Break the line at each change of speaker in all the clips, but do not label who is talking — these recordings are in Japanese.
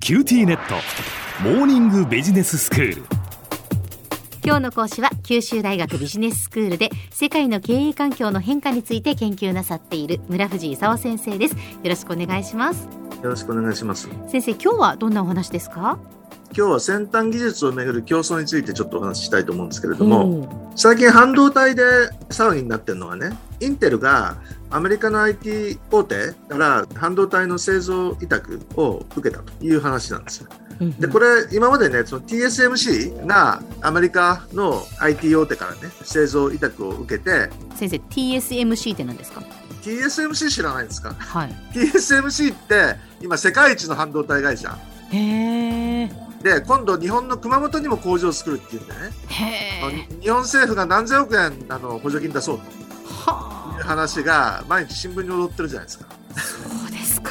キューティーネットモーニングビジネススクール
今日の講師は九州大学ビジネススクールで世界の経営環境の変化について研究なさっている村藤勲先生ですよろしくお願いします
よろしくお願いします。今
先生今日はどんなお話ですか
日は先端技術をめぐる競争についてちょっとお話ししたいと思うんですけれども、最近半導体で騒ぎになってるのがね、インテルがアメリカの IT 大手から半導体の製造委託を受けたという話なんですよ。
うん
で、これ今までね、その TSMC がアメリカの IT 大手からね、製造委託を受けて、
先生 TSMC って何ですか
TSMC 知らないですか
はい
?TSMC って今世界一の半導体会社。
へえへ
で、今度日本の熊本にも工場を作るっていうんだよね。あの
え
日本政府が何千億円あの補助金出そうという
はあ
話が毎日新聞に踊ってるじゃないですか
そうですか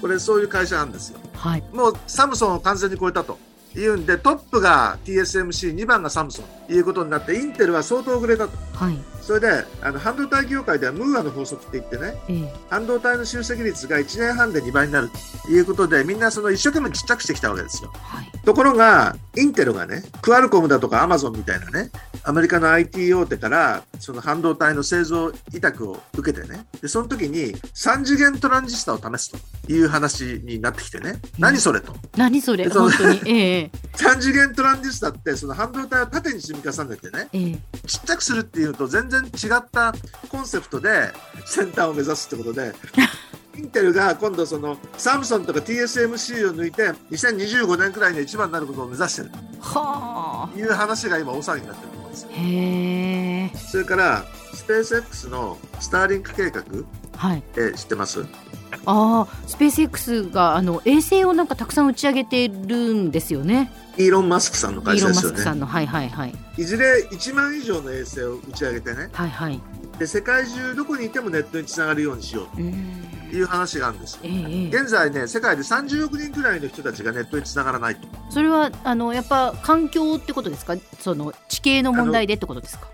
これそういう会社なんですよ
はい
もうサムソンを完全に超えたというんでトップが TSMC2 番がサムソンということになってインテルは相当遅れたと
はい
それであの半導体業界ではムーアの法則って言ってね
ええ
半導体の集積率が1年半で2倍になるということでみんなその一生懸命ちっちゃくしてきたわけですよ
はい
ところが、インテルがね、クアルコムだとかアマゾンみたいなね、アメリカの IT 大手から、その半導体の製造委託を受けてね、で、その時に3次元トランジスタを試すという話になってきてね、何それと。
何それ
そう
本当にええ
3次元トランジスタって、その半導体を縦に積み重ねてね、
ええ
ちっちゃくするっていうと全然違ったコンセプトで先端を目指すってことでインテルが今度そのサムソンとか TSMC を抜いて2025年くらいには一番になることを目指してる
はあ
という話が今大騒ぎになってると思うんですよ
へえ
それからスペース X のスターリンク計画
はい
え知ってます
ああスペース X があの衛星をなんかたくさん打ち上げてるんですよね
イーロン・マスクさんの会
イー
社
ロン・
で
マ
すよ
スクさ
ね
んのはいはいはい
いずれ1万以上の衛星を打ち上げてね
はいはい
で世界中どこにいてもネットにつながるようにしよう
うー
と
ん
いう話があるんですよ
ええええ
現在ね世界で30億人くらいの人たちがネットにつながらないと
それはあのやっぱ環境ってことですかその地形の問題でってことですか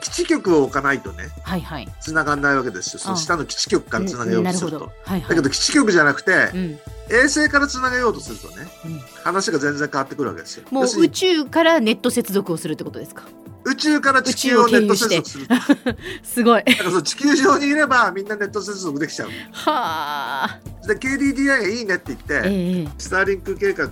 基地局を置かないとね
はいはい
つながらないわけですよその下の基地局からつなげようと
なる
す
ほ
る
ど
と
はいは
だ
い
けど基地局じゃなくて
うん
衛星からつなげようとするとね
うん、
話が全然変わってくるわけですよ
もう
要する
宇
に
宙からネット接続をするってことですか
宇宙から地球をネット接続する。だか
す ごい
らその地球上にいればみんなネット接続できちゃう。
はあ
で KDDI がいいねって言って、
ええ
スターリンク計画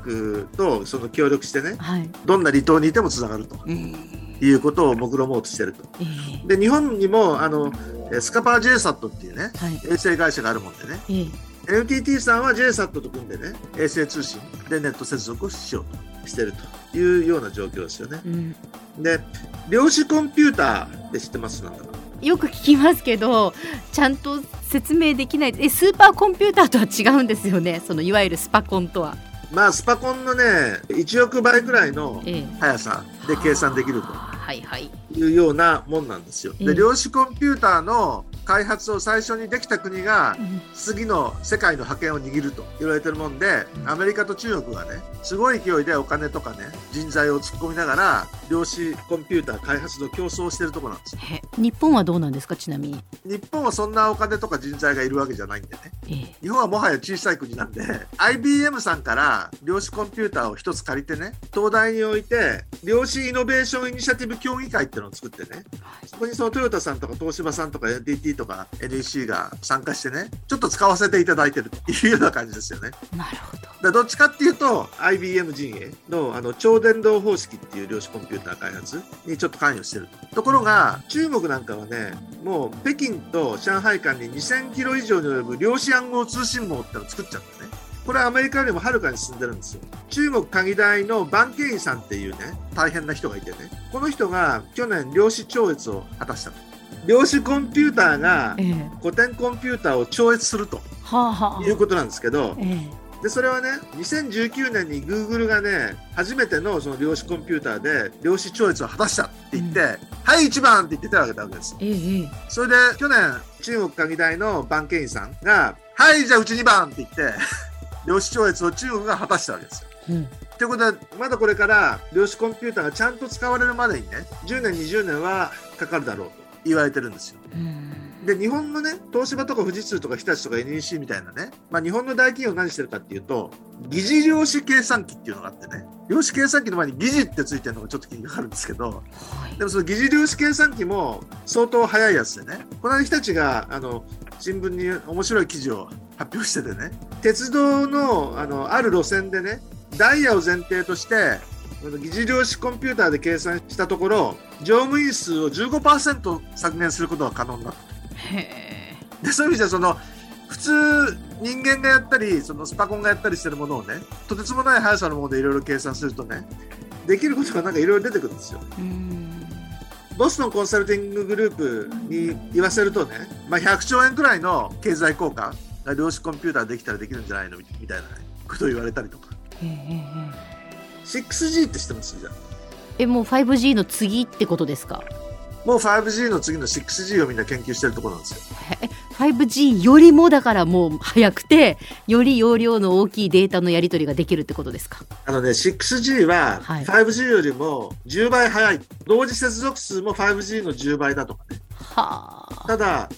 とその協力してね、
はい
どんな離島にいてもつながると
うん
いうことを目論もうとしてると。
ええ
で日本にもあのえスカパー JSAT っていうね
はい
衛星会社があるもんでね
ええ
NTT さんは JSAT と組んでね衛星通信でネット接続をしようとしてるというような状況ですよね。
うん
で量子コンピューターって知ってますなんだか
よく聞きますけどちゃんと説明できないえスーパーコンピューターとは違うんですよねそのいわゆるスパコンとは、
まあスパコンのね1億倍くらいの
ええ、
速さで計算できると
はいはい
いうようなもんなんですよ。
ええ
で量子コンピューターの開発を最初にできた国が次の世界の覇権を握ると言われてるもんでアメリカと中国がねすごい勢いでお金とかね人材を突っ込みながら量子コンピューター開発の競争をしてるとこなんですよ。
へ日本はどうなんですかちなみに、
日本はそんなお金とか人材がいるわけじゃないんでね
ええ
日本はもはや小さい国なんで IBM さんから量子コンピューターを一つ借りてね東大において量子イノベーションイニシアティブ協議会っていうのを作ってねそこにそのトヨタさんとか東芝さんとか NTT とか NEC が参加してねちょっと使わせていただいてるっていうような感じですよねだか
なるほど
らどっちかっていうと IBM 陣営のあの超伝導方式っていう量子コンピューター開発にちょっと関与してるとところが中国なんかはねもう北京と上海間に2000キロ以上に及ぶ量子暗号通信網ってのを作っちゃってねこれはアメリカよりもはるかに進んでるんですよ中国科技大のバンケインさんっていうね大変な人がいてねこの人が去年量子超越を果たしたと量子コンピューターが
ええ
古典コンピューターを超越すると
はあはあ
いうことなんですけど
ええ
でそれはね2019年に Google がね初めてのその量子コンピューターで量子超越を果たしたって言って、
う
はい一番って言ってたわけですよ
ええええ
それで去年中国科技大のバンケインさんが「はいじゃあうち2番」って言って 量子超越を中国が果たしたわけですよ。
うん
ということでまだこれから量子コンピューターがちゃんと使われるまでにね10年20年はかかるだろうと言われてるんですよ。
うん
で日本のね東芝とか富士通とか日立とか NEC みたいなね、まあ、日本の大企業何してるかっていうと疑似量子計算機っていうのがあってね量子計算機の前に疑似ってついてるのがちょっと気にかかるんですけど
はい
でもその疑似量子計算機も相当早いやつでねこの間日立があの新聞に面白い記事を発表しててね鉄道のあのある路線でねダイヤを前提としてあの疑似量子コンピューターで計算したところ乗務員数を15%削減することが可能になった
へ
でそういう意味じゃその普通人間がやったりそのスパコンがやったりしてるものをねとてつもない速さのものでいろいろ計算するとねできることがなんかいろいろ出てくるんですよ
えうん
ボストンコンサルティンググループに言わせるとね、まあ、100兆円くらいの経済効果が量子コンピューターできたらできるんじゃないのみみたいなねことを言われたりとか
へえへえへえ
6G って知ってますじゃあ
えもう 5G の次ってことですか
もう 5G の次の 6G をみんな研究してるところなんですよ
5G よりもだからもう早くてより容量の大きいデータのやり取りができるってことですか
あのね、6G は
はい
5G よりも10倍速い、同時接続数も 5G の10倍だとかね、
はあ
ただ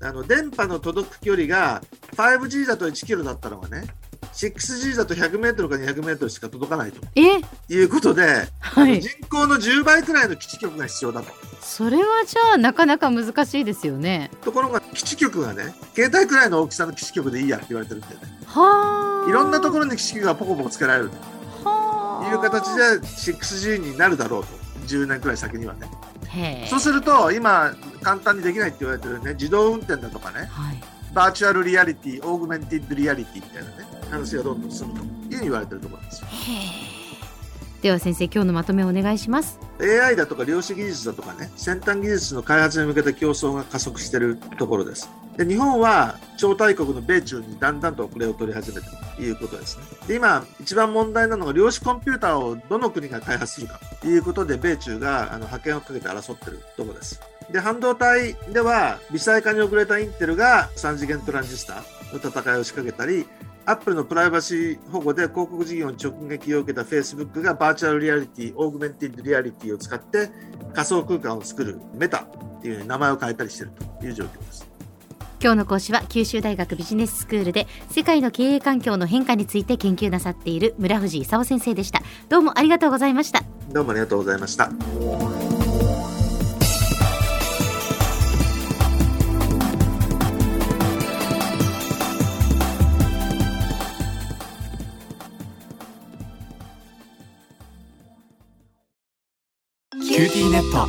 あの、電波の届く距離が 5G だと1キロだったのがね、6G だと100メートルか200メートルしか届かないと
え
いうことで、
は
人口の10倍くらいの基地局が必要だと。
それはじゃあなかなか難しいですよね
ところが、基地局がね、携帯くらいの大きさの基地局でいいやって言われてるんだよね。
はあ
いろんなとこ
ろ
ろに基地局がポコポコつけられると
はあ
いう形で 6G になるだろうと、10年くらい先にはね。
へえ
そうすると今簡単にできないって言われてるね自動運転だとかね
はい
バーチャルリアリティオーグメンティッドリアリティみたいなね話がどんどん進むというふうに言われてるところなんですよ
では先生今日のまとめをお願いします
AI だとか量子技術だとかね先端技術の開発に向けた競争が加速してるところですで日本は超大国の米中にだんだんと遅れを取り始めてるということですねで今一番問題なのが量子コンピューターをどの国が開発するかということで米中があの覇権をかけて争ってるところですで半導体では微細化に遅れたインテルが3次元トランジスタの戦いを仕掛けたりアップルのプライバシー保護で広告事業に直撃を受けた Facebook がバーチャルリアリティ、オーグメンティッドリアリティを使って仮想空間を作るメタっていう名前を変えたりしているという状況です。
今日の講師は九州大学ビジネススクールで世界の経営環境の変化について研究なさっている村藤功先生でしたどうもありがとうございました
どうもありがとうございました。
キューティーネット